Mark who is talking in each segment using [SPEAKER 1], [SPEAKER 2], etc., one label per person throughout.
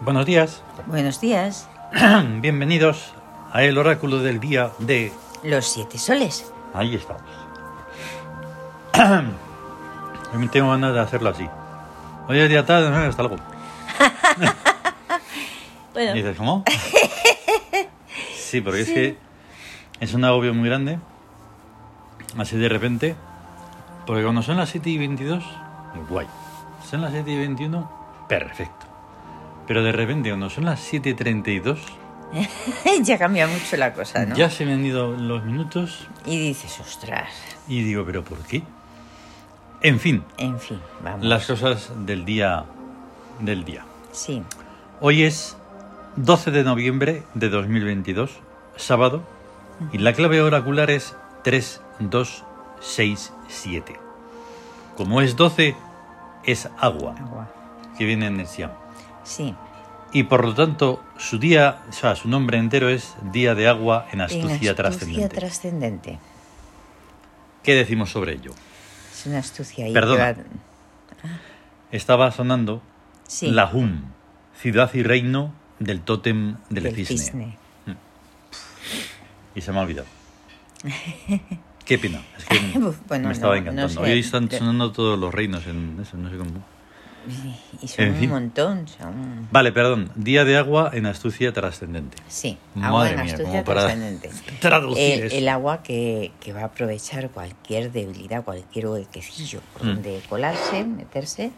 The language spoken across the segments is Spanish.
[SPEAKER 1] Buenos días,
[SPEAKER 2] Buenos días.
[SPEAKER 1] bienvenidos a el oráculo del día de...
[SPEAKER 2] Los siete soles.
[SPEAKER 1] Ahí estamos. Hoy me tengo ganas de hacerlo así. Hoy es día tarde, ¿no? hasta luego. Y
[SPEAKER 2] Bueno,
[SPEAKER 1] dices, ¿cómo? Sí, porque
[SPEAKER 2] Sí.
[SPEAKER 1] es que es un agobio muy grande, así de repente, porque cuando son las 7 y 22, guay. Son las 7 y 21, perfecto. Pero de repente, cuando son las 7 y 32,
[SPEAKER 2] ya cambia mucho la cosa, ¿no?
[SPEAKER 1] ya se me han ido los minutos
[SPEAKER 2] Y dices, ostras,
[SPEAKER 1] y digo, ¿pero por qué? En fin,
[SPEAKER 2] en fin, vamos.
[SPEAKER 1] las cosas del día del día.
[SPEAKER 2] Sí,
[SPEAKER 1] Hoy es 12 de noviembre de 2022, sábado, y la clave oracular es 3267. Como es 12, es agua,
[SPEAKER 2] agua.
[SPEAKER 1] que viene en el Siam.
[SPEAKER 2] Sí,
[SPEAKER 1] Y por lo tanto, su día, o sea, su nombre entero es Día de Agua en
[SPEAKER 2] en
[SPEAKER 1] Astucia, Trascendente.
[SPEAKER 2] trascendente.
[SPEAKER 1] ¿Qué decimos sobre ello?
[SPEAKER 2] Es una astucia. ahí
[SPEAKER 1] Perdona.
[SPEAKER 2] que va-
[SPEAKER 1] Estaba sonando
[SPEAKER 2] Sí.
[SPEAKER 1] la Hum, ciudad y reino del tótem del,
[SPEAKER 2] del
[SPEAKER 1] cisne.
[SPEAKER 2] cisne.
[SPEAKER 1] Y se me ha olvidado. Qué pena. Es que
[SPEAKER 2] Bueno, no,
[SPEAKER 1] me estaba
[SPEAKER 2] no
[SPEAKER 1] encantando.
[SPEAKER 2] sé.
[SPEAKER 1] Hoy están
[SPEAKER 2] Te-
[SPEAKER 1] sonando todos los reinos en eso, no sé cómo.
[SPEAKER 2] Y son
[SPEAKER 1] En
[SPEAKER 2] un
[SPEAKER 1] fin.
[SPEAKER 2] montón. Son...
[SPEAKER 1] Vale, perdón. Día de agua en astucia trascendente.
[SPEAKER 2] Sí, agua
[SPEAKER 1] Madre
[SPEAKER 2] en
[SPEAKER 1] mía,
[SPEAKER 2] astucia
[SPEAKER 1] como para
[SPEAKER 2] trascendente.
[SPEAKER 1] traducir
[SPEAKER 2] El,
[SPEAKER 1] eso.
[SPEAKER 2] el agua que, que va a aprovechar cualquier debilidad, cualquier huequecillo por
[SPEAKER 1] Mm.
[SPEAKER 2] donde colarse, meterse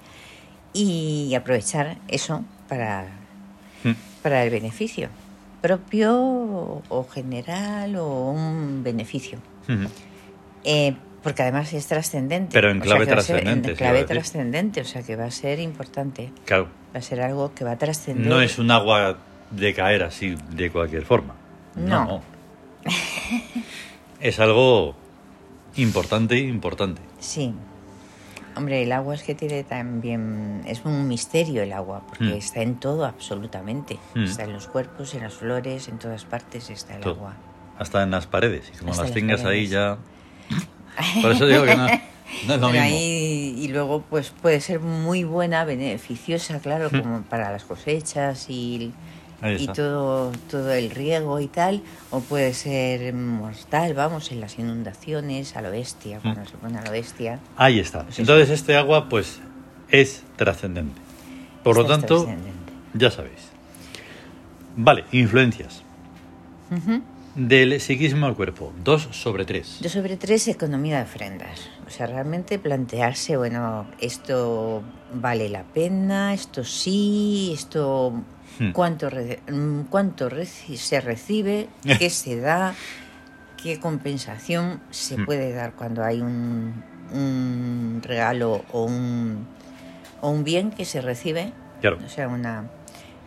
[SPEAKER 2] y aprovechar eso para,
[SPEAKER 1] Mm.
[SPEAKER 2] para el beneficio propio o o general o un beneficio.
[SPEAKER 1] Ujú.
[SPEAKER 2] Eh, porque además es trascendente.
[SPEAKER 1] Pero en
[SPEAKER 2] o
[SPEAKER 1] clave
[SPEAKER 2] sea que va a ser-
[SPEAKER 1] trascendente,
[SPEAKER 2] En
[SPEAKER 1] se iba a
[SPEAKER 2] clave
[SPEAKER 1] decir.
[SPEAKER 2] trascendente, o sea que va a ser importante.
[SPEAKER 1] Claro,
[SPEAKER 2] Va a ser algo que va a trascender.
[SPEAKER 1] no es un agua de caer así de cualquier forma.
[SPEAKER 2] No.
[SPEAKER 1] es algo importante, importante.
[SPEAKER 2] Sí. Hombre, el agua es que tiene también. Es un misterio el agua, porque
[SPEAKER 1] Mm.
[SPEAKER 2] está en todo absolutamente.
[SPEAKER 1] Mm.
[SPEAKER 2] Está en los cuerpos, en las flores, en todas partes está el
[SPEAKER 1] Todo.
[SPEAKER 2] agua.
[SPEAKER 1] Hasta en las paredes. Y como
[SPEAKER 2] Hasta en
[SPEAKER 1] las
[SPEAKER 2] las
[SPEAKER 1] tengas ahí
[SPEAKER 2] paredes.
[SPEAKER 1] ya. Por eso digo que no, no es lo
[SPEAKER 2] Pero
[SPEAKER 1] mismo.
[SPEAKER 2] ahí- y luego, pues puede ser muy buena, beneficiosa, claro,
[SPEAKER 1] Mm.
[SPEAKER 2] como para las cosechas y,
[SPEAKER 1] Ahí
[SPEAKER 2] y
[SPEAKER 1] está.
[SPEAKER 2] todo, todo el riego y tal. O puede ser mortal, vamos, en las inundaciones, a lo bestia, cuando se
[SPEAKER 1] Mm.
[SPEAKER 2] pone a lo bestia.
[SPEAKER 1] Ahí está.
[SPEAKER 2] Sí, sí.
[SPEAKER 1] Entonces este agua pues es trascendente. Por lo
[SPEAKER 2] Esto es
[SPEAKER 1] tanto,
[SPEAKER 2] trascendente.
[SPEAKER 1] ya sabéis. Vale, influencias.
[SPEAKER 2] Ujú.
[SPEAKER 1] Del psiquismo al cuerpo, 2 sobre 3.
[SPEAKER 2] 2 sobre 3, economía de ofrendas. O sea, realmente plantearse, bueno, esto vale la pena, esto sí, esto
[SPEAKER 1] Hmm.
[SPEAKER 2] cuánto, re- mm, cuánto reci- se recibe, qué se da, qué compensación se
[SPEAKER 1] Hmm.
[SPEAKER 2] puede dar cuando hay un, un regalo o un, o un bien que se recibe.
[SPEAKER 1] Claro.
[SPEAKER 2] O sea, una,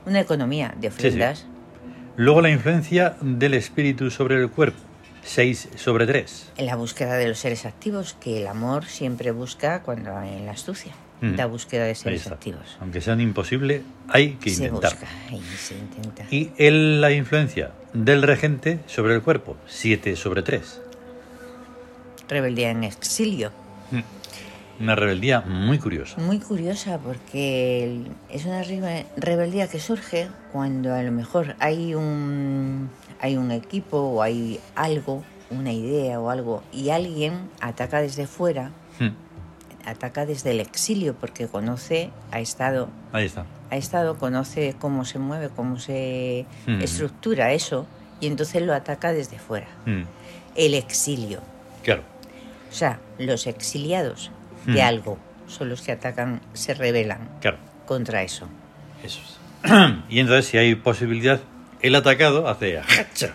[SPEAKER 2] una economía de
[SPEAKER 1] sí.
[SPEAKER 2] ofrendas.
[SPEAKER 1] Luego la influencia del espíritu sobre el cuerpo, 6 sobre 3.
[SPEAKER 2] En la búsqueda de los seres activos, que el amor siempre busca cuando hay en la astucia.
[SPEAKER 1] Ujú.
[SPEAKER 2] La búsqueda
[SPEAKER 1] Mm.
[SPEAKER 2] de
[SPEAKER 1] Ahí
[SPEAKER 2] seres
[SPEAKER 1] está.
[SPEAKER 2] activos.
[SPEAKER 1] Aunque sean imposible, hay que
[SPEAKER 2] se
[SPEAKER 1] intentar.
[SPEAKER 2] busca y se intenta.
[SPEAKER 1] Y el- la influencia del regente sobre el cuerpo, 7 sobre 3.
[SPEAKER 2] Rebeldía en exilio.
[SPEAKER 1] Una rebeldía muy curiosa.
[SPEAKER 2] Muy curiosa porque el- es una rebe- rebeldía que surge cuando a lo mejor hay un, hay un equipo o hay algo, una idea o algo, y alguien ataca desde fuera,
[SPEAKER 1] Mm,
[SPEAKER 2] ataca desde el exilio porque conoce, ha estado
[SPEAKER 1] Ahí está.
[SPEAKER 2] ha estado, conoce cómo se mueve, cómo se
[SPEAKER 1] Mm.
[SPEAKER 2] estructura eso, y entonces lo ataca desde fuera.
[SPEAKER 1] Mm.
[SPEAKER 2] El exilio.
[SPEAKER 1] Claro.
[SPEAKER 2] O sea, los exiliados
[SPEAKER 1] Mm.
[SPEAKER 2] de algo son los que atacan, se rebelan
[SPEAKER 1] Claro.
[SPEAKER 2] contra eso.
[SPEAKER 1] Eso es. y entonces, si hay posibilidad, el atacado hace hacha.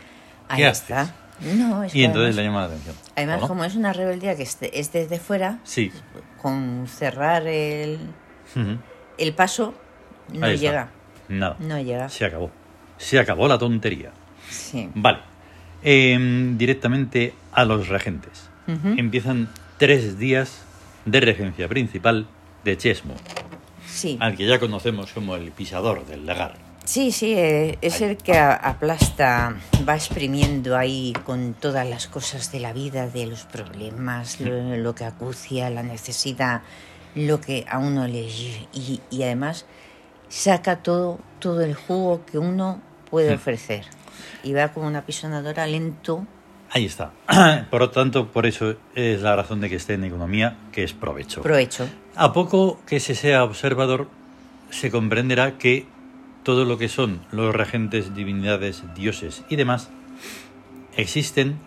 [SPEAKER 2] Ahí
[SPEAKER 1] ¿Qué haces?
[SPEAKER 2] está. No, es
[SPEAKER 1] Y
[SPEAKER 2] que
[SPEAKER 1] entonces le
[SPEAKER 2] además,
[SPEAKER 1] llama la atención.
[SPEAKER 2] además,
[SPEAKER 1] ¿O no?
[SPEAKER 2] como es una rebeldía que este- es desde fuera,
[SPEAKER 1] Sí.
[SPEAKER 2] con cerrar el,
[SPEAKER 1] Ujú.
[SPEAKER 2] el paso, no
[SPEAKER 1] Ahí está.
[SPEAKER 2] llega. Mm.
[SPEAKER 1] Nada.
[SPEAKER 2] No llega.
[SPEAKER 1] Se acabó. Se acabó la tontería.
[SPEAKER 2] Sí.
[SPEAKER 1] Vale. Em, directamente a los regentes.
[SPEAKER 2] Ujú.
[SPEAKER 1] Empiezan tres días de regencia principal de Chesmo,
[SPEAKER 2] Sí.
[SPEAKER 1] al que ya conocemos como el pisador del lagar.
[SPEAKER 2] Sí, sí, eh, es el que a- aplasta, va exprimiendo ahí con todas las cosas de la vida, de los problemas, lo, lo que acucia, la necesidad, lo que a uno le... Y, y además saca todo todo el jugo que uno puede ofrecer. Y va como una pisonadora lento.
[SPEAKER 1] Ahí está. Por lo tanto, por eso es la razón de que esté en economía, que es provecho.
[SPEAKER 2] Provecho.
[SPEAKER 1] A poco que se sea observador, se comprenderá que todo lo que son los regentes, divinidades, dioses y demás existen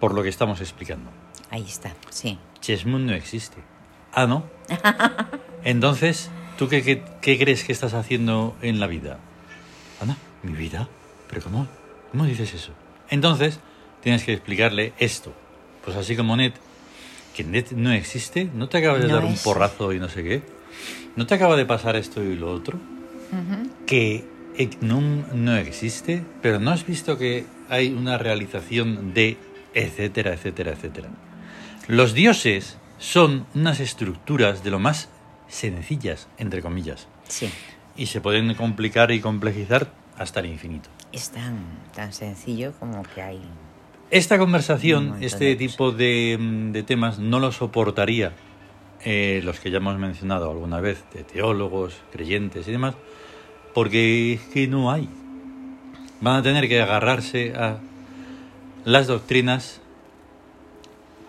[SPEAKER 1] por lo que estamos explicando.
[SPEAKER 2] Ahí está, sí.
[SPEAKER 1] Chesmund no existe. Ah, ¿no? Entonces, ¿tú qué, qué, qué crees que estás haciendo en la vida? Ana, ¿mi vida? ¿Pero cómo? ¿Cómo dices eso? Entonces, tienes que explicarle esto. Pues así como Net, que Net no existe, ¿no te acabas de
[SPEAKER 2] No
[SPEAKER 1] dar un
[SPEAKER 2] es.
[SPEAKER 1] porrazo y no sé qué? ¿No te acaba de pasar esto y lo otro?
[SPEAKER 2] Ujú.
[SPEAKER 1] que Egnum no existe, pero no has visto que hay una realización de etcétera, etcétera, etcétera. Los dioses son unas estructuras de lo más sencillas, entre comillas,
[SPEAKER 2] Sí.
[SPEAKER 1] y se pueden complicar y complejizar hasta el infinito.
[SPEAKER 2] Es tan, tan sencillo como que hay.
[SPEAKER 1] Esta
[SPEAKER 2] Un
[SPEAKER 1] conversación,
[SPEAKER 2] montón
[SPEAKER 1] este
[SPEAKER 2] de cosas.
[SPEAKER 1] tipo de, mm, de temas, no lo soportaría eh, los que ya hemos mencionado alguna vez, de teólogos, creyentes y demás, porque es que no hay. Van a tener que agarrarse a las doctrinas,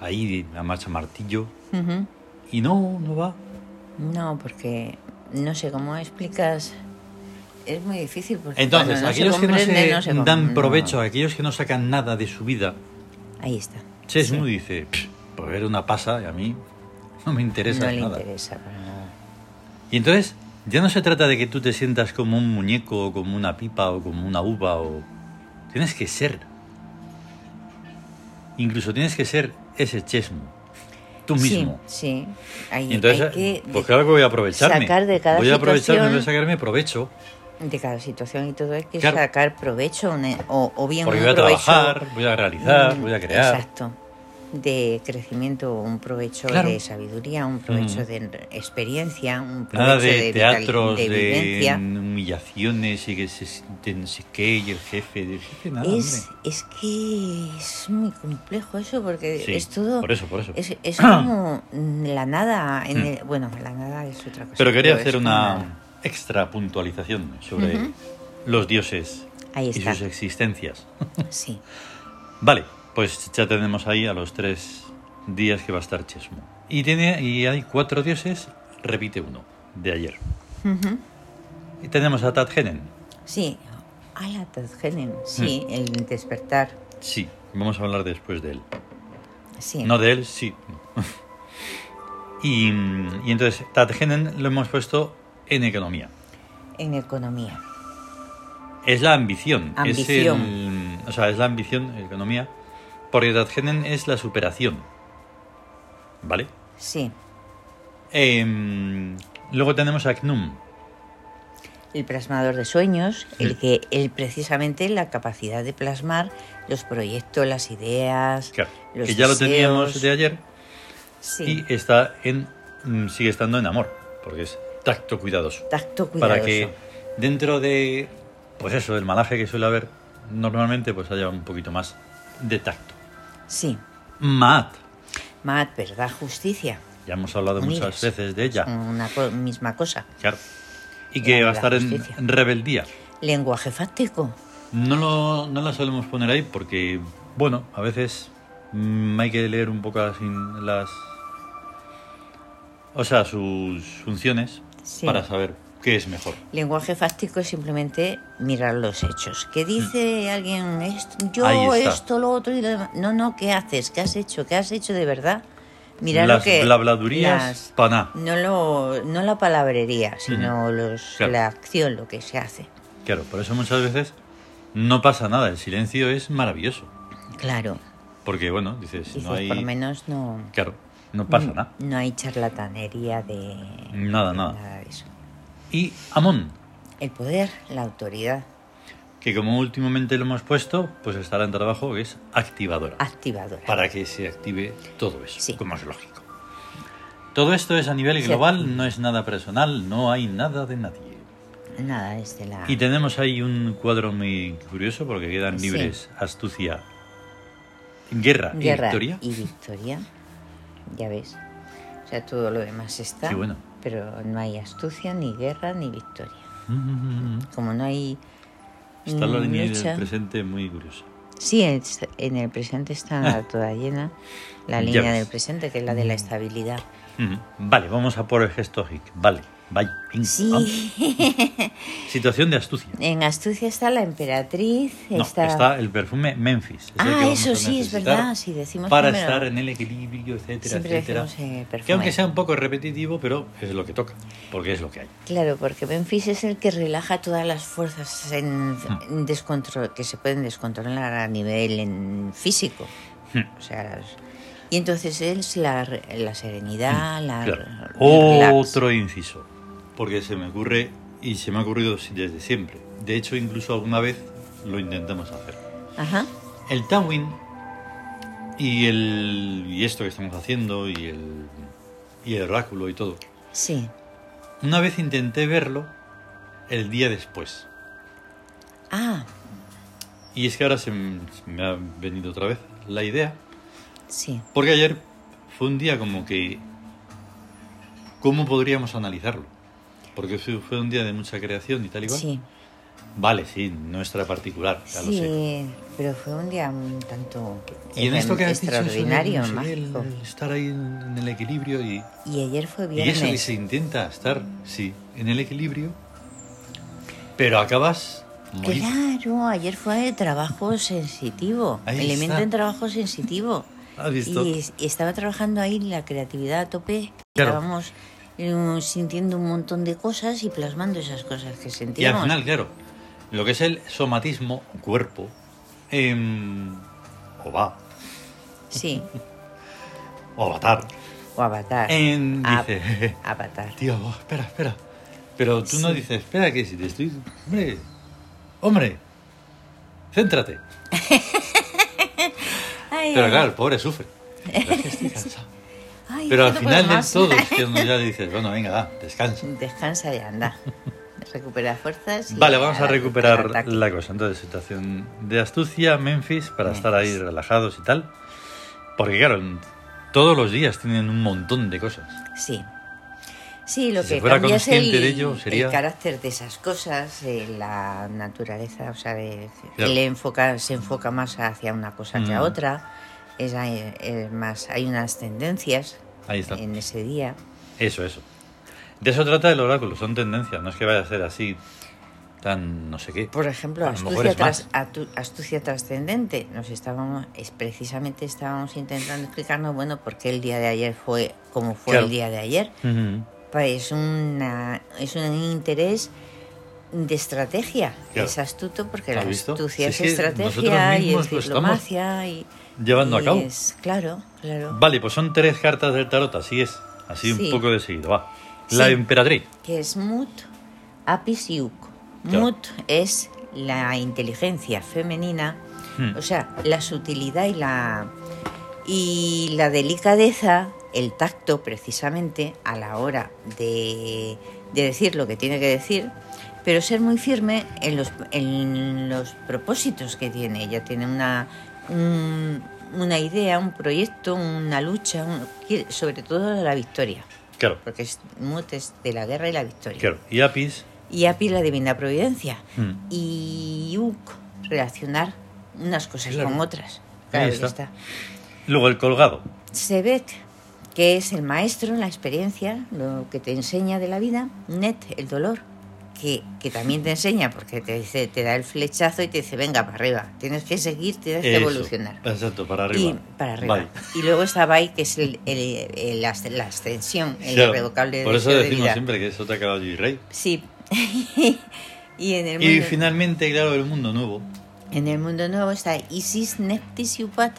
[SPEAKER 1] ahí la marcha martillo,
[SPEAKER 2] Ujú.
[SPEAKER 1] y no, no va.
[SPEAKER 2] No, porque no sé cómo explicas. Es muy difícil. Porque
[SPEAKER 1] Entonces,
[SPEAKER 2] cuando no
[SPEAKER 1] aquellos que no
[SPEAKER 2] comprende,
[SPEAKER 1] se,
[SPEAKER 2] no com-
[SPEAKER 1] dan
[SPEAKER 2] no.
[SPEAKER 1] provecho, aquellos que no sacan nada de su vida,
[SPEAKER 2] Ahí está.
[SPEAKER 1] Chesmu dice, "Pff, pues ver una pasa y a mí no me interesa
[SPEAKER 2] no le
[SPEAKER 1] nada.
[SPEAKER 2] interesa para nada.
[SPEAKER 1] Y entonces, ya no se trata de que tú te sientas como un muñeco, o como una pipa, o como una uva, o. Tienes que ser. Incluso tienes que ser ese chesmo. Tú mismo.
[SPEAKER 2] Sí, sí. Hay,
[SPEAKER 1] Y entonces,
[SPEAKER 2] hay que
[SPEAKER 1] pues
[SPEAKER 2] de,
[SPEAKER 1] claro que voy a aprovecharme.
[SPEAKER 2] sacar de cada
[SPEAKER 1] voy a aprovecharme,
[SPEAKER 2] situación-
[SPEAKER 1] voy a sacarme provecho.
[SPEAKER 2] de cada situación y todo hay que
[SPEAKER 1] Claro.
[SPEAKER 2] sacar provecho ne- o, o bien
[SPEAKER 1] Porque
[SPEAKER 2] un
[SPEAKER 1] voy a
[SPEAKER 2] provecho,
[SPEAKER 1] trabajar, voy a realizar,
[SPEAKER 2] mm,
[SPEAKER 1] voy a crear.
[SPEAKER 2] Exacto. De crecimiento, un provecho
[SPEAKER 1] Claro.
[SPEAKER 2] de sabiduría, un provecho
[SPEAKER 1] Mm.
[SPEAKER 2] de experiencia, un provecho
[SPEAKER 1] Nada de,
[SPEAKER 2] vital-
[SPEAKER 1] teatros, de,
[SPEAKER 2] de vivencia.
[SPEAKER 1] humillaciones y que se sienten no sé qué, y el jefe, del jefe, nada.
[SPEAKER 2] es,
[SPEAKER 1] hombre.
[SPEAKER 2] es que es muy complejo eso porque
[SPEAKER 1] Sí,
[SPEAKER 2] eh, es todo
[SPEAKER 1] Por eso, por eso.
[SPEAKER 2] es, es
[SPEAKER 1] Ah.
[SPEAKER 2] como la nada en
[SPEAKER 1] Mm.
[SPEAKER 2] el- bueno la nada es otra cosa
[SPEAKER 1] Pero quería
[SPEAKER 2] es
[SPEAKER 1] hacer
[SPEAKER 2] como
[SPEAKER 1] una
[SPEAKER 2] nada.
[SPEAKER 1] extra puntualización sobre
[SPEAKER 2] Ujú.
[SPEAKER 1] los dioses
[SPEAKER 2] ahí
[SPEAKER 1] y
[SPEAKER 2] está
[SPEAKER 1] sus existencias.
[SPEAKER 2] sí
[SPEAKER 1] Vale, pues ya tenemos ahí a los tres días que va a estar Chesmo. Y, tiene, y hay cuatro dioses, repite uno, de ayer.
[SPEAKER 2] Ujú.
[SPEAKER 1] Y tenemos a Tadgenen.
[SPEAKER 2] Sí, a la Tadgenen, sí,
[SPEAKER 1] Mm.
[SPEAKER 2] el despertar,
[SPEAKER 1] Sí, vamos a hablar después de él.
[SPEAKER 2] sí.
[SPEAKER 1] No de él, sí. y, y entonces, Tadgenen lo hemos puesto en economía.
[SPEAKER 2] En economía,
[SPEAKER 1] Es la ambición.
[SPEAKER 2] Ambición.
[SPEAKER 1] Es el- o sea, es la ambición, economía. Porque Dadgenen es la superación. ¿Vale?
[SPEAKER 2] sí.
[SPEAKER 1] Em, luego tenemos a Knum.
[SPEAKER 2] El plasmador de sueños, el que es precisamente la capacidad de plasmar los proyectos, las ideas,
[SPEAKER 1] claro,
[SPEAKER 2] los
[SPEAKER 1] que ya lo teníamos
[SPEAKER 2] deseos.
[SPEAKER 1] de ayer.
[SPEAKER 2] Sí,
[SPEAKER 1] Y está en. mm, sigue estando en amor. Porque es tacto cuidadoso.
[SPEAKER 2] tacto cuidadoso.
[SPEAKER 1] Para que dentro de. Pues eso, del malaje que suele haber normalmente, pues haya un poquito más de tacto.
[SPEAKER 2] Sí,
[SPEAKER 1] Maat.
[SPEAKER 2] Mat, verdad, justicia,
[SPEAKER 1] Ya hemos hablado
[SPEAKER 2] Unidas.
[SPEAKER 1] muchas veces de ella.
[SPEAKER 2] una co- misma cosa.
[SPEAKER 1] Claro. Y
[SPEAKER 2] La
[SPEAKER 1] que
[SPEAKER 2] de
[SPEAKER 1] va a
[SPEAKER 2] la
[SPEAKER 1] estar en
[SPEAKER 2] justicia.
[SPEAKER 1] rebeldía.
[SPEAKER 2] Lenguaje fáctico,
[SPEAKER 1] No, lo, no la solemos poner ahí porque, bueno, a veces mm, hay que leer un poco las... in- las o sea, sus funciones
[SPEAKER 2] Sí.
[SPEAKER 1] para saber qué es mejor.
[SPEAKER 2] Lenguaje fáctico es simplemente mirar los hechos. ¿Qué dice alguien? Esto,
[SPEAKER 1] Mm. Ahí
[SPEAKER 2] yo
[SPEAKER 1] está.
[SPEAKER 2] esto, lo otro y lo demás. No, no, ¿qué haces? ¿Qué has hecho? ¿Qué has hecho de verdad? Mirar
[SPEAKER 1] las
[SPEAKER 2] lo que...
[SPEAKER 1] blabladurías,
[SPEAKER 2] las-
[SPEAKER 1] paná.
[SPEAKER 2] no, lo, no la palabrería, sino los,
[SPEAKER 1] Claro.
[SPEAKER 2] la acción, lo que se hace.
[SPEAKER 1] Claro, por eso muchas veces no pasa nada. El silencio es maravilloso.
[SPEAKER 2] Claro.
[SPEAKER 1] Porque, bueno, dices,
[SPEAKER 2] Dices,
[SPEAKER 1] no hay...
[SPEAKER 2] por Mm. lo menos no...
[SPEAKER 1] Claro, no pasa nada.
[SPEAKER 2] No hay charlatanería de...
[SPEAKER 1] Nada, nada.
[SPEAKER 2] Nada de eso.
[SPEAKER 1] Y Amón,
[SPEAKER 2] El poder, la autoridad,
[SPEAKER 1] que como últimamente lo hemos puesto, pues estará en trabajo, que es activadora.
[SPEAKER 2] activadora.
[SPEAKER 1] para que se active todo eso,
[SPEAKER 2] Ah. Sí.
[SPEAKER 1] como es lógico. Todo esto es a nivel
[SPEAKER 2] Sí.
[SPEAKER 1] global, no es nada personal, no hay nada de nadie.
[SPEAKER 2] Nada desde la...
[SPEAKER 1] Y tenemos ahí un cuadro muy curioso porque quedan
[SPEAKER 2] Sí.
[SPEAKER 1] libres astucia, guerra, e
[SPEAKER 2] Guerra
[SPEAKER 1] y victoria.
[SPEAKER 2] y victoria. Ya ves. O sea, todo lo demás está.
[SPEAKER 1] Qué bueno.
[SPEAKER 2] Pero no hay astucia, ni guerra, ni victoria.
[SPEAKER 1] Mm, mm, mm.
[SPEAKER 2] Como no hay
[SPEAKER 1] Está
[SPEAKER 2] Mm,
[SPEAKER 1] la niña en
[SPEAKER 2] mucha-
[SPEAKER 1] el presente muy curiosa.
[SPEAKER 2] Sí, es- en el presente está toda llena la
[SPEAKER 1] Ya
[SPEAKER 2] línea
[SPEAKER 1] ves. Mm. Ah.
[SPEAKER 2] del presente, que es la de la estabilidad.
[SPEAKER 1] Ujú. Vale, vamos a por el gesto hic. Vale, vaya. venga, vamos.
[SPEAKER 2] Sí,
[SPEAKER 1] Situación de astucia.
[SPEAKER 2] en Astucia está la emperatriz.
[SPEAKER 1] No,
[SPEAKER 2] está...
[SPEAKER 1] está el perfume Memphis. es el
[SPEAKER 2] Ah,
[SPEAKER 1] que vamos
[SPEAKER 2] eso
[SPEAKER 1] a
[SPEAKER 2] sí, es
[SPEAKER 1] necesitar
[SPEAKER 2] verdad, sí, decimos
[SPEAKER 1] Para
[SPEAKER 2] primero.
[SPEAKER 1] estar en el equilibrio, etcétera,
[SPEAKER 2] Siempre
[SPEAKER 1] etcétera.
[SPEAKER 2] decimos, eh, perfume.
[SPEAKER 1] que aunque sea un poco repetitivo, pero es lo que toca, porque es lo que hay.
[SPEAKER 2] Claro, porque Memphis es el que relaja todas las fuerzas en,
[SPEAKER 1] Hmm.
[SPEAKER 2] en descontro- que se pueden descontrolar a nivel en físico.
[SPEAKER 1] Hmm.
[SPEAKER 2] O sea, las- y entonces es la, re- la serenidad, la,
[SPEAKER 1] Hmm, Claro.
[SPEAKER 2] relax.
[SPEAKER 1] Otro inciso, porque se me ocurre y se me ha ocurrido desde siempre. De hecho, incluso alguna vez lo intentamos hacer.
[SPEAKER 2] Ajá.
[SPEAKER 1] El Tawin y el y esto que estamos haciendo y el y el oráculo y todo.
[SPEAKER 2] Sí.
[SPEAKER 1] Una vez intenté verlo el día después.
[SPEAKER 2] Ah,
[SPEAKER 1] Y es que ahora se m- me ha venido otra vez la idea.
[SPEAKER 2] sí.
[SPEAKER 1] Porque ayer fue un día como que... ¿Cómo podríamos analizarlo? Porque fue fue un día de mucha creación y tal y cual.
[SPEAKER 2] Sí.
[SPEAKER 1] Vale, sí, nuestra particular, ya lo sé.
[SPEAKER 2] Sí, pero fue un día un tanto
[SPEAKER 1] Y en esto que has dicho, eso de
[SPEAKER 2] extraordinario,
[SPEAKER 1] no sé, el-
[SPEAKER 2] mágico.
[SPEAKER 1] estar ahí en, en el equilibrio y...
[SPEAKER 2] Y ayer fue
[SPEAKER 1] Y eso, y
[SPEAKER 2] viernes.
[SPEAKER 1] se intenta estar, sí, en el equilibrio, pero acabas... morir.
[SPEAKER 2] Claro, ayer fue de trabajo sensitivo,
[SPEAKER 1] Ahí
[SPEAKER 2] elemento
[SPEAKER 1] está.
[SPEAKER 2] en trabajo sensitivo.
[SPEAKER 1] ¿Has visto?
[SPEAKER 2] Y, es- y estaba trabajando ahí la creatividad a tope.
[SPEAKER 1] Claro.
[SPEAKER 2] Estábamos eh, sintiendo un montón de cosas y plasmando esas cosas que
[SPEAKER 1] Y al
[SPEAKER 2] sentíamos.
[SPEAKER 1] final, claro, lo que es el somatismo, cuerpo, em, o va,
[SPEAKER 2] Sí,
[SPEAKER 1] o avatar,
[SPEAKER 2] o Avatar.
[SPEAKER 1] em,
[SPEAKER 2] Av-
[SPEAKER 1] dice,
[SPEAKER 2] Avatar.
[SPEAKER 1] tío, oh, espera, espera. Pero tú no
[SPEAKER 2] Sí.
[SPEAKER 1] dices, espera, que si te estoy... Hombre, hombre, céntrate.
[SPEAKER 2] Ay,
[SPEAKER 1] Pero
[SPEAKER 2] ay,
[SPEAKER 1] claro, el pobre sufre. Pero, es que estoy cansado.
[SPEAKER 2] ay,
[SPEAKER 1] Pero
[SPEAKER 2] ya
[SPEAKER 1] al
[SPEAKER 2] no
[SPEAKER 1] final
[SPEAKER 2] puedo
[SPEAKER 1] de
[SPEAKER 2] más.
[SPEAKER 1] todo es que uno ya dices, bueno, venga, va, descansa.
[SPEAKER 2] Descansa y anda. Recupera fuerzas. y
[SPEAKER 1] Vale, vamos a
[SPEAKER 2] dar
[SPEAKER 1] recuperar
[SPEAKER 2] contraataque.
[SPEAKER 1] la cosa. Entonces, situación de astucia, Memphis, para estar ahí relajados y tal. Porque, claro, en- todos los días tienen un montón de cosas.
[SPEAKER 2] Sí. Sí, lo
[SPEAKER 1] Si
[SPEAKER 2] que
[SPEAKER 1] se fuera
[SPEAKER 2] cambia es
[SPEAKER 1] consciente
[SPEAKER 2] el,
[SPEAKER 1] de ello,
[SPEAKER 2] el
[SPEAKER 1] sería-
[SPEAKER 2] carácter de esas cosas, eh, la naturaleza, o sea, de-
[SPEAKER 1] Claro.
[SPEAKER 2] le enfoca, se enfoca más hacia una cosa que a
[SPEAKER 1] Mm.
[SPEAKER 2] otra, es, eh, eh, más, hay unas tendencias
[SPEAKER 1] Ahí está.
[SPEAKER 2] en ese día.
[SPEAKER 1] Eso, eso. De eso trata el oráculo, son tendencias. No es que vaya a ser así tan no sé qué.
[SPEAKER 2] Por ejemplo,
[SPEAKER 1] A lo mejor
[SPEAKER 2] astucia,
[SPEAKER 1] es más.
[SPEAKER 2] tras- atu- astucia trascendente. Nos estábamos, es, precisamente estábamos intentando explicarnos, bueno, por qué el día de ayer fue como fue
[SPEAKER 1] Claro.
[SPEAKER 2] el día de ayer.
[SPEAKER 1] Ujú.
[SPEAKER 2] Pues una, es un interés de estrategia.
[SPEAKER 1] Claro.
[SPEAKER 2] Es astuto porque la
[SPEAKER 1] ¿Has visto? Si
[SPEAKER 2] astucia es,
[SPEAKER 1] es que
[SPEAKER 2] estrategia
[SPEAKER 1] nosotros
[SPEAKER 2] y
[SPEAKER 1] mismos
[SPEAKER 2] es
[SPEAKER 1] lo estamos
[SPEAKER 2] diplomacia. Y,
[SPEAKER 1] llevando a
[SPEAKER 2] y
[SPEAKER 1] cabo.
[SPEAKER 2] es- claro, claro.
[SPEAKER 1] Vale, pues son tres cartas del tarot, así es. Así un
[SPEAKER 2] Sí.
[SPEAKER 1] poco de seguido, va. La
[SPEAKER 2] Sí.
[SPEAKER 1] emperatriz.
[SPEAKER 2] Que es mut, apis y uc.
[SPEAKER 1] Claro.
[SPEAKER 2] Mut es la inteligencia femenina,
[SPEAKER 1] Hmm.
[SPEAKER 2] o sea, la sutilidad y la, y la delicadeza, el tacto precisamente a la hora de, de decir lo que tiene que decir, pero ser muy firme en los, en los propósitos que tiene. Ella tiene una, un- una idea, un proyecto, una lucha, un- quiere- sobre todo la victoria
[SPEAKER 1] Claro,
[SPEAKER 2] porque es Mut es de la guerra y la victoria.
[SPEAKER 1] claro. Y Apis.
[SPEAKER 2] Y Api la divina providencia.
[SPEAKER 1] Mm.
[SPEAKER 2] Y Uk, relacionar unas cosas
[SPEAKER 1] Claro.
[SPEAKER 2] con otras. Claro,
[SPEAKER 1] Ahí
[SPEAKER 2] ya
[SPEAKER 1] está.
[SPEAKER 2] está.
[SPEAKER 1] Luego el colgado.
[SPEAKER 2] Sebet, que es el maestro, la experiencia, lo que te enseña de la vida. Net, el dolor, que, que también te enseña, porque te dice, te da el flechazo y te dice, venga, para arriba. Tienes que seguir, tienes que
[SPEAKER 1] Eso.
[SPEAKER 2] evolucionar.
[SPEAKER 1] Exacto, para arriba.
[SPEAKER 2] Y para arriba.
[SPEAKER 1] Vale.
[SPEAKER 2] Y luego está Bai, que es el, el- el- la asc- la ascensión, el
[SPEAKER 1] Claro,
[SPEAKER 2] irrevocable
[SPEAKER 1] Por eso
[SPEAKER 2] deseo de
[SPEAKER 1] decimos
[SPEAKER 2] vida.
[SPEAKER 1] siempre que es otra caballo y rey.
[SPEAKER 2] Sí. y en el,
[SPEAKER 1] Y
[SPEAKER 2] mundo,
[SPEAKER 1] finalmente, claro, el mundo nuevo.
[SPEAKER 2] en el mundo nuevo está Isis, Neptis y Upat.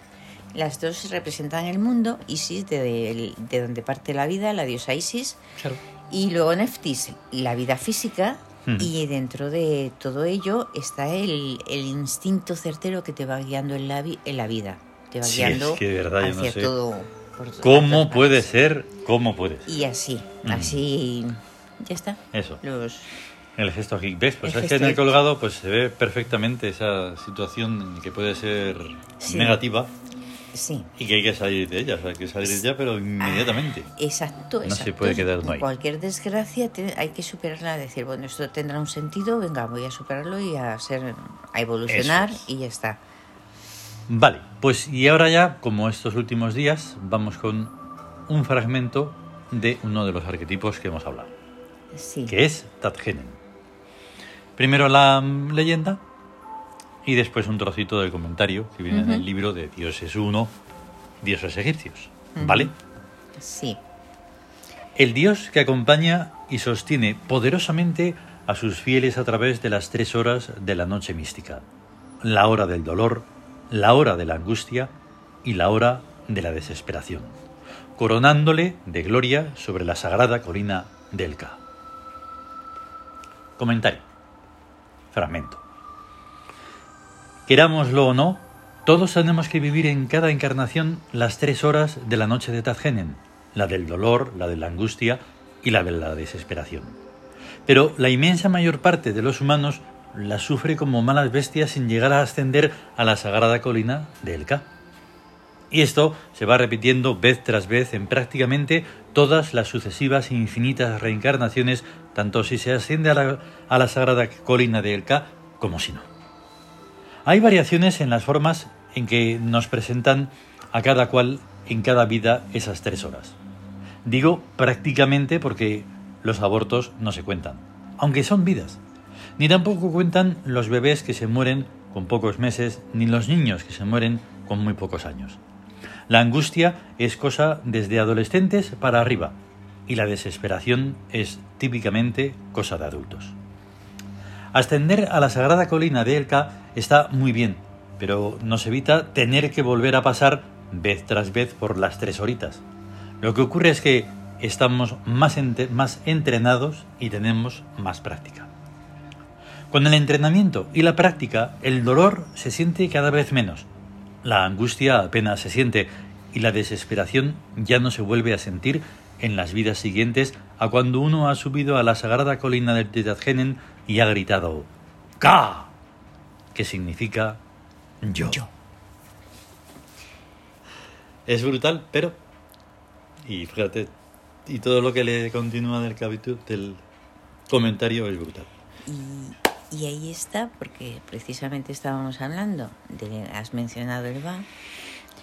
[SPEAKER 2] Las dos representan el mundo, Isis de, de, donde parte la vida, la diosa Isis,
[SPEAKER 1] Claro.
[SPEAKER 2] y luego Neptis, la vida física,
[SPEAKER 1] Ujú.
[SPEAKER 2] y dentro de todo ello está el, el instinto certero que te va guiando en la, vi- en la vida, te va
[SPEAKER 1] Sí, es
[SPEAKER 2] guiando
[SPEAKER 1] que de verdad yo no
[SPEAKER 2] hacia
[SPEAKER 1] sé
[SPEAKER 2] todo. por todas
[SPEAKER 1] ¿Cómo
[SPEAKER 2] partes.
[SPEAKER 1] puede ser? ¿Cómo puede ser?
[SPEAKER 2] Y así, así, ya está.
[SPEAKER 1] Eso.
[SPEAKER 2] Los,
[SPEAKER 1] El gesto aquí. ¿Ves? Pues
[SPEAKER 2] El
[SPEAKER 1] es que en
[SPEAKER 2] gesto
[SPEAKER 1] el
[SPEAKER 2] hic.
[SPEAKER 1] colgado pues se ve perfectamente esa situación que puede ser
[SPEAKER 2] Sí.
[SPEAKER 1] negativa.
[SPEAKER 2] sí.
[SPEAKER 1] Y que hay que salir de ella, o sea, hay que salir ya,
[SPEAKER 2] Ah.
[SPEAKER 1] pero inmediatamente.
[SPEAKER 2] Exacto,
[SPEAKER 1] No se
[SPEAKER 2] exacto.
[SPEAKER 1] puede quedar, no hay.
[SPEAKER 2] Cualquier desgracia te- hay que superarla, decir, bueno, esto tendrá un sentido, venga, voy a superarlo y a, ser, a evolucionar
[SPEAKER 1] Eso es.
[SPEAKER 2] y ya está.
[SPEAKER 1] Vale, pues y ahora ya, como estos últimos días, vamos con un fragmento de uno de los arquetipos que hemos hablado,
[SPEAKER 2] Sí.
[SPEAKER 1] que es Tadgenen. Primero la mm, leyenda y después un trocito del comentario que viene en el
[SPEAKER 2] Ujú.
[SPEAKER 1] libro de Dioses uno, Dioses egipcios. ¿Vale?
[SPEAKER 2] Sí.
[SPEAKER 1] El Dios que acompaña y sostiene poderosamente a sus fieles a través de las tres horas de la noche mística, la hora del dolor, la hora de la angustia y la hora de la desesperación, coronándole de gloria sobre la sagrada colina del Ka. Comentario. Fragmento. Querámoslo o no, todos tenemos que vivir en cada encarnación las tres horas de la noche de Tadgenen, la del dolor, la de la angustia y la de la desesperación. Pero la inmensa mayor parte de los humanos las sufre como malas bestias sin llegar a ascender a la sagrada colina de Elka. Y esto se va repitiendo vez tras vez en prácticamente todas las sucesivas e infinitas reencarnaciones, tanto si se asciende a la, a la sagrada colina de Elka como si no. Hay variaciones en las formas en que nos presentan a cada cual en cada vida esas tres horas. Digo prácticamente porque los abortos no se cuentan, aunque son vidas. Ni tampoco cuentan los bebés que se mueren con pocos meses, ni los niños que se mueren con muy pocos años. La angustia es cosa desde adolescentes para arriba, y la desesperación es típicamente cosa de adultos. Ascender a la sagrada colina de Elka está muy bien, pero nos evita tener que volver a pasar vez tras vez por las tres horitas. Lo que ocurre es que estamos más, ente- más entrenados y tenemos más práctica. Con el entrenamiento y la práctica, el dolor se siente cada vez menos, la angustia apenas se siente y la desesperación ya no se vuelve a sentir en las vidas siguientes a cuando uno ha subido a la sagrada colina del Titadgenen y ha gritado ¡Ka! que significa yo.
[SPEAKER 2] Yo.
[SPEAKER 1] Es brutal, pero... Y fíjate, y todo lo que le continúa del capítulo, del comentario es brutal.
[SPEAKER 2] Y, y ahí está, porque precisamente estábamos hablando, de, has mencionado el va,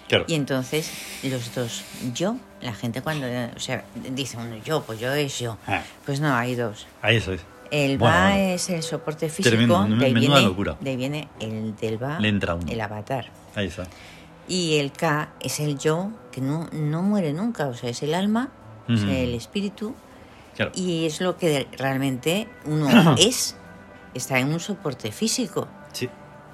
[SPEAKER 1] Claro.
[SPEAKER 2] y entonces los dos, yo, la gente cuando, o sea, dice uno yo, pues yo es yo.
[SPEAKER 1] Ah.
[SPEAKER 2] Pues no, hay dos.
[SPEAKER 1] Ahí eso es.
[SPEAKER 2] El
[SPEAKER 1] Bueno,
[SPEAKER 2] va
[SPEAKER 1] bueno.
[SPEAKER 2] es el soporte físico,
[SPEAKER 1] Tremendo,
[SPEAKER 2] de ahí
[SPEAKER 1] menuda
[SPEAKER 2] viene,
[SPEAKER 1] locura.
[SPEAKER 2] de ahí viene el del va,
[SPEAKER 1] Le entra uno.
[SPEAKER 2] el avatar.
[SPEAKER 1] Ahí está.
[SPEAKER 2] Y el K es el yo, que no, no muere nunca, o sea, es el alma, es
[SPEAKER 1] Ujú.
[SPEAKER 2] el espíritu,
[SPEAKER 1] Claro.
[SPEAKER 2] y es lo que realmente uno es, está en un soporte físico.
[SPEAKER 1] Sí,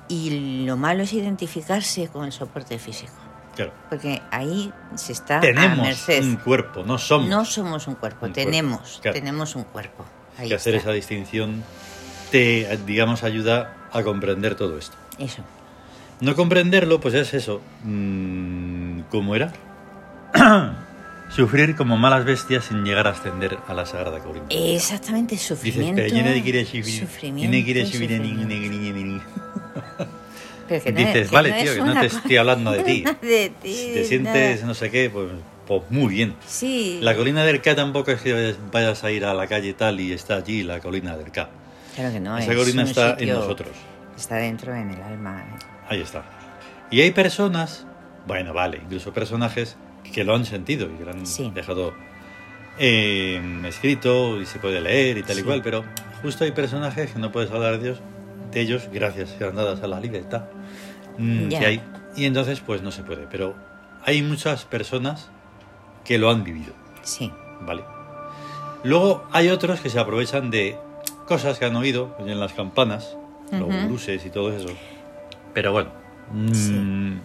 [SPEAKER 2] Y lo malo es identificarse con el soporte físico,
[SPEAKER 1] claro.
[SPEAKER 2] porque ahí se está a
[SPEAKER 1] tenemos
[SPEAKER 2] merced.
[SPEAKER 1] un cuerpo, no somos.
[SPEAKER 2] Ah, no somos un cuerpo,
[SPEAKER 1] Un cuerpo,
[SPEAKER 2] tenemos,
[SPEAKER 1] claro.
[SPEAKER 2] tenemos un cuerpo. Ahí
[SPEAKER 1] que hacer
[SPEAKER 2] está.
[SPEAKER 1] esa distinción te, digamos, ayuda a comprender todo esto.
[SPEAKER 2] Eso.
[SPEAKER 1] No comprenderlo, pues es eso. Mm, ¿Cómo era? Sufrir como malas bestias sin llegar a ascender a la Sagrada Colina.
[SPEAKER 2] Exactamente,
[SPEAKER 1] Dices,
[SPEAKER 2] Eh, sufrimiento.
[SPEAKER 1] pero yo no quiero subir. Yo
[SPEAKER 2] sufrimiento,
[SPEAKER 1] no quiero subir a
[SPEAKER 2] sufrimiento.
[SPEAKER 1] ningún- ningún- ningún-
[SPEAKER 2] Pero que no-
[SPEAKER 1] Dices,
[SPEAKER 2] que
[SPEAKER 1] vale,
[SPEAKER 2] no
[SPEAKER 1] tío,
[SPEAKER 2] es
[SPEAKER 1] que no
[SPEAKER 2] una
[SPEAKER 1] te
[SPEAKER 2] cosa-
[SPEAKER 1] estoy hablando de ti.
[SPEAKER 2] de ti,
[SPEAKER 1] Si te
[SPEAKER 2] nada.
[SPEAKER 1] sientes no sé qué, pues, pues muy bien.
[SPEAKER 2] Sí.
[SPEAKER 1] La colina del K tampoco es que vayas a ir a la calle tal y está allí la colina del K.
[SPEAKER 2] Claro que no.
[SPEAKER 1] Esa
[SPEAKER 2] es
[SPEAKER 1] colina
[SPEAKER 2] un
[SPEAKER 1] está en
[SPEAKER 2] sitio-
[SPEAKER 1] nosotros.
[SPEAKER 2] Está dentro en el alma. ¿eh?
[SPEAKER 1] Ahí está. Y hay personas, bueno, vale, incluso personajes que lo han sentido y que lo han
[SPEAKER 2] Sí.
[SPEAKER 1] dejado eh, escrito y se puede leer y tal y
[SPEAKER 2] Sí.
[SPEAKER 1] cual, pero justo hay personajes que no puedes hablar de ellos, de ellos gracias sean dadas a la libertad mm,
[SPEAKER 2] Ya.
[SPEAKER 1] que hay. Y entonces, pues no se puede, pero hay muchas personas que lo han vivido.
[SPEAKER 2] Sí.
[SPEAKER 1] Vale. Luego hay otros que se aprovechan de cosas que han oído en las campanas, los
[SPEAKER 2] Ujú.
[SPEAKER 1] luces y todo eso. Pero bueno. mm,
[SPEAKER 2] Sí.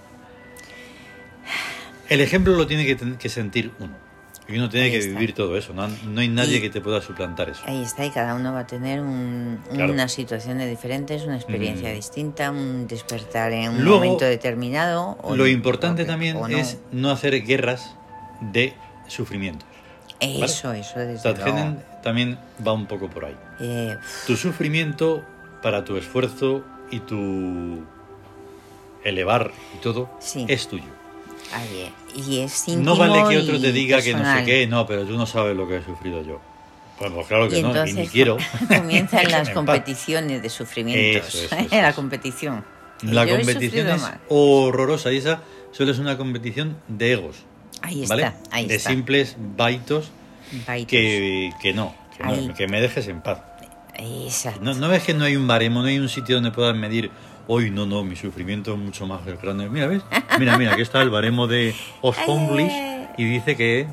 [SPEAKER 1] El ejemplo lo tiene que, ten- que sentir uno. Y uno tiene
[SPEAKER 2] Ahí
[SPEAKER 1] que
[SPEAKER 2] está.
[SPEAKER 1] vivir todo eso. No, han- no hay nadie
[SPEAKER 2] Y- Eh,
[SPEAKER 1] que te pueda suplantar eso.
[SPEAKER 2] Ahí está, y cada uno va a tener un-
[SPEAKER 1] Claro.
[SPEAKER 2] unas situaciones diferentes, una experiencia
[SPEAKER 1] Mm.
[SPEAKER 2] distinta, un despertar en un
[SPEAKER 1] Luego,
[SPEAKER 2] momento determinado. o-
[SPEAKER 1] Lo importante
[SPEAKER 2] o-
[SPEAKER 1] también
[SPEAKER 2] o no.
[SPEAKER 1] es no hacer guerras de sufrimientos.
[SPEAKER 2] Eso, eso, desde
[SPEAKER 1] Tadgenen
[SPEAKER 2] luego.
[SPEAKER 1] también va un poco por ahí.
[SPEAKER 2] Eh,
[SPEAKER 1] tu sufrimiento para tu esfuerzo y tu elevar y todo
[SPEAKER 2] Sí.
[SPEAKER 1] es tuyo.
[SPEAKER 2] Ahí es. Y es
[SPEAKER 1] No
[SPEAKER 2] íntimo
[SPEAKER 1] vale que otro te
[SPEAKER 2] y
[SPEAKER 1] diga que no sé
[SPEAKER 2] personal.
[SPEAKER 1] qué, no, pero tú no sabes lo que he sufrido yo. Pues, pues claro que
[SPEAKER 2] Y
[SPEAKER 1] no,
[SPEAKER 2] entonces
[SPEAKER 1] y ni quiero.
[SPEAKER 2] comienzan las
[SPEAKER 1] En paz.
[SPEAKER 2] competiciones de sufrimientos.
[SPEAKER 1] Eso, eso, eso,
[SPEAKER 2] la
[SPEAKER 1] eso.
[SPEAKER 2] competición.
[SPEAKER 1] La
[SPEAKER 2] Yo he
[SPEAKER 1] competición
[SPEAKER 2] sufrido
[SPEAKER 1] es
[SPEAKER 2] más.
[SPEAKER 1] horrorosa y esa solo es una competición de egos.
[SPEAKER 2] Ahí
[SPEAKER 1] ¿Vale?
[SPEAKER 2] está, ahí
[SPEAKER 1] de
[SPEAKER 2] está.
[SPEAKER 1] simples baitos
[SPEAKER 2] Baitos.
[SPEAKER 1] que, que no, que, no,
[SPEAKER 2] Ahí.
[SPEAKER 1] que me dejes en paz.
[SPEAKER 2] Exacto.
[SPEAKER 1] No, no ves que no hay un baremo, no hay un sitio donde puedas medir, hoy no, no, mi sufrimiento es mucho más grande. Mira, ¿ves? Mira, mira, aquí está el baremo de Osfonglish
[SPEAKER 2] eh.
[SPEAKER 1] y dice que,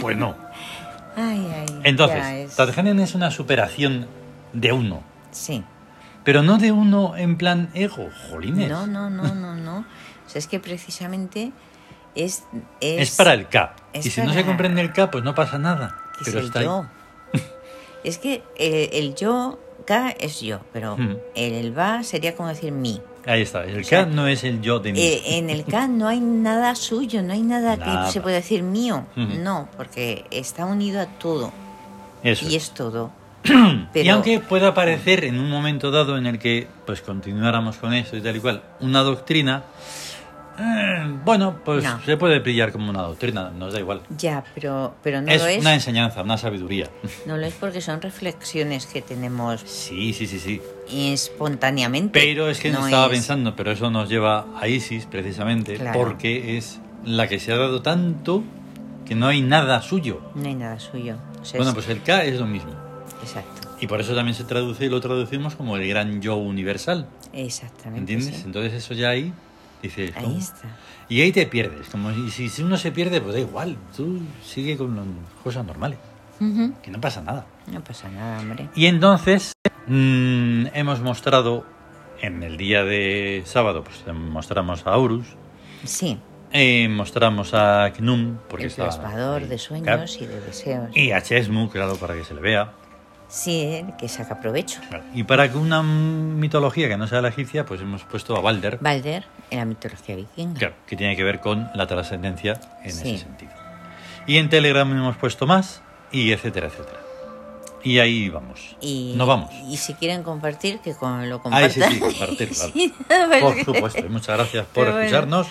[SPEAKER 1] pues no.
[SPEAKER 2] Ay, ay, ya
[SPEAKER 1] Entonces,
[SPEAKER 2] es-
[SPEAKER 1] Tadjenen es una superación de uno,
[SPEAKER 2] Sí.
[SPEAKER 1] pero no de uno en plan ego, jolines.
[SPEAKER 2] No, no, no, no, no. O sea, es que precisamente es...
[SPEAKER 1] es, para el K.
[SPEAKER 2] es
[SPEAKER 1] Y si no
[SPEAKER 2] para-
[SPEAKER 1] se comprende el K, pues no pasa nada.
[SPEAKER 2] que es
[SPEAKER 1] Pero
[SPEAKER 2] el
[SPEAKER 1] está ahí.
[SPEAKER 2] yo. es que eh, el yo, K es yo, pero
[SPEAKER 1] Mm.
[SPEAKER 2] el, el va sería como decir mi.
[SPEAKER 1] Ahí está. El K
[SPEAKER 2] sea,
[SPEAKER 1] no es el yo de mí.
[SPEAKER 2] Eh, en el K no hay nada suyo, no hay nada,
[SPEAKER 1] Nada. Hmm.
[SPEAKER 2] que se pueda decir mío.
[SPEAKER 1] Ujú.
[SPEAKER 2] No, porque está unido a todo
[SPEAKER 1] Eso.
[SPEAKER 2] y es todo.
[SPEAKER 1] Y
[SPEAKER 2] Pero-
[SPEAKER 1] aunque pueda parecer en un momento dado en el que pues continuáramos con esto y tal y cual una doctrina, eh, bueno, pues
[SPEAKER 2] No.
[SPEAKER 1] se puede pillar como una doctrina, nos da igual.
[SPEAKER 2] Ya, pero, pero no
[SPEAKER 1] es
[SPEAKER 2] lo es.
[SPEAKER 1] una enseñanza, una sabiduría.
[SPEAKER 2] No lo es porque son reflexiones que tenemos
[SPEAKER 1] Sí, sí, sí, sí.
[SPEAKER 2] espontáneamente.
[SPEAKER 1] Pero es que no
[SPEAKER 2] No
[SPEAKER 1] estaba
[SPEAKER 2] es-
[SPEAKER 1] pensando, pero eso nos lleva a ISIS precisamente,
[SPEAKER 2] Claro.
[SPEAKER 1] porque es la que se ha dado tanto que no hay nada suyo.
[SPEAKER 2] No hay nada suyo. O sea,
[SPEAKER 1] Bueno,
[SPEAKER 2] es-
[SPEAKER 1] pues el K es lo mismo.
[SPEAKER 2] Exacto,
[SPEAKER 1] Y por eso también se traduce, lo traducimos como el gran yo universal.
[SPEAKER 2] exactamente.
[SPEAKER 1] ¿Entiendes?
[SPEAKER 2] pues sí.
[SPEAKER 1] Entonces eso ya ahí dices...
[SPEAKER 2] Ahí
[SPEAKER 1] ¿cómo?
[SPEAKER 2] está.
[SPEAKER 1] Y ahí te pierdes. Como y si, si uno se pierde, pues da igual. Tú sigue con las cosas normales.
[SPEAKER 2] Ujú.
[SPEAKER 1] Que no pasa nada.
[SPEAKER 2] No pasa nada, hombre.
[SPEAKER 1] Y entonces mm, hemos mostrado en el día de sábado, pues mostramos a Horus,
[SPEAKER 2] Sí,
[SPEAKER 1] eh, mostramos a Knum, porque
[SPEAKER 2] el
[SPEAKER 1] estaba
[SPEAKER 2] plasmador
[SPEAKER 1] ahí,
[SPEAKER 2] de sueños y de deseos.
[SPEAKER 1] Y a Chesmu, claro, para que se le vea.
[SPEAKER 2] Sí, el que saca provecho.
[SPEAKER 1] Claro. Y para que una mitología que no sea la egipcia, pues hemos puesto a Balder,
[SPEAKER 2] Balder en la mitología vikinga.
[SPEAKER 1] claro, que tiene que ver con la trascendencia en
[SPEAKER 2] Sí.
[SPEAKER 1] ese sentido. Y en Telegram hemos puesto más, y etcétera, etcétera. Y ahí vamos.
[SPEAKER 2] Y,
[SPEAKER 1] No vamos.
[SPEAKER 2] Y si quieren compartir, que con, lo
[SPEAKER 1] Ahí sí,
[SPEAKER 2] compartan.
[SPEAKER 1] sí, compartir, vale.
[SPEAKER 2] Pues Sí, porque-
[SPEAKER 1] Por supuesto, y muchas gracias por
[SPEAKER 2] Pero bueno.
[SPEAKER 1] escucharnos.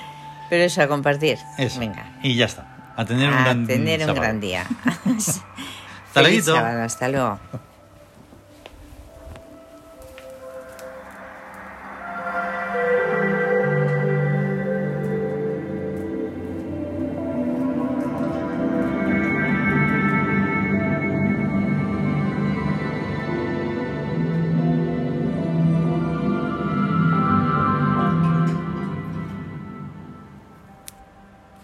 [SPEAKER 2] Pero eso, a compartir.
[SPEAKER 1] Eso.
[SPEAKER 2] Venga.
[SPEAKER 1] Y ya está. A tener un
[SPEAKER 2] a
[SPEAKER 1] gran
[SPEAKER 2] tener un
[SPEAKER 1] sábado.
[SPEAKER 2] gran día. Feliz
[SPEAKER 1] Hasta luego.
[SPEAKER 2] sábado, Hasta luego.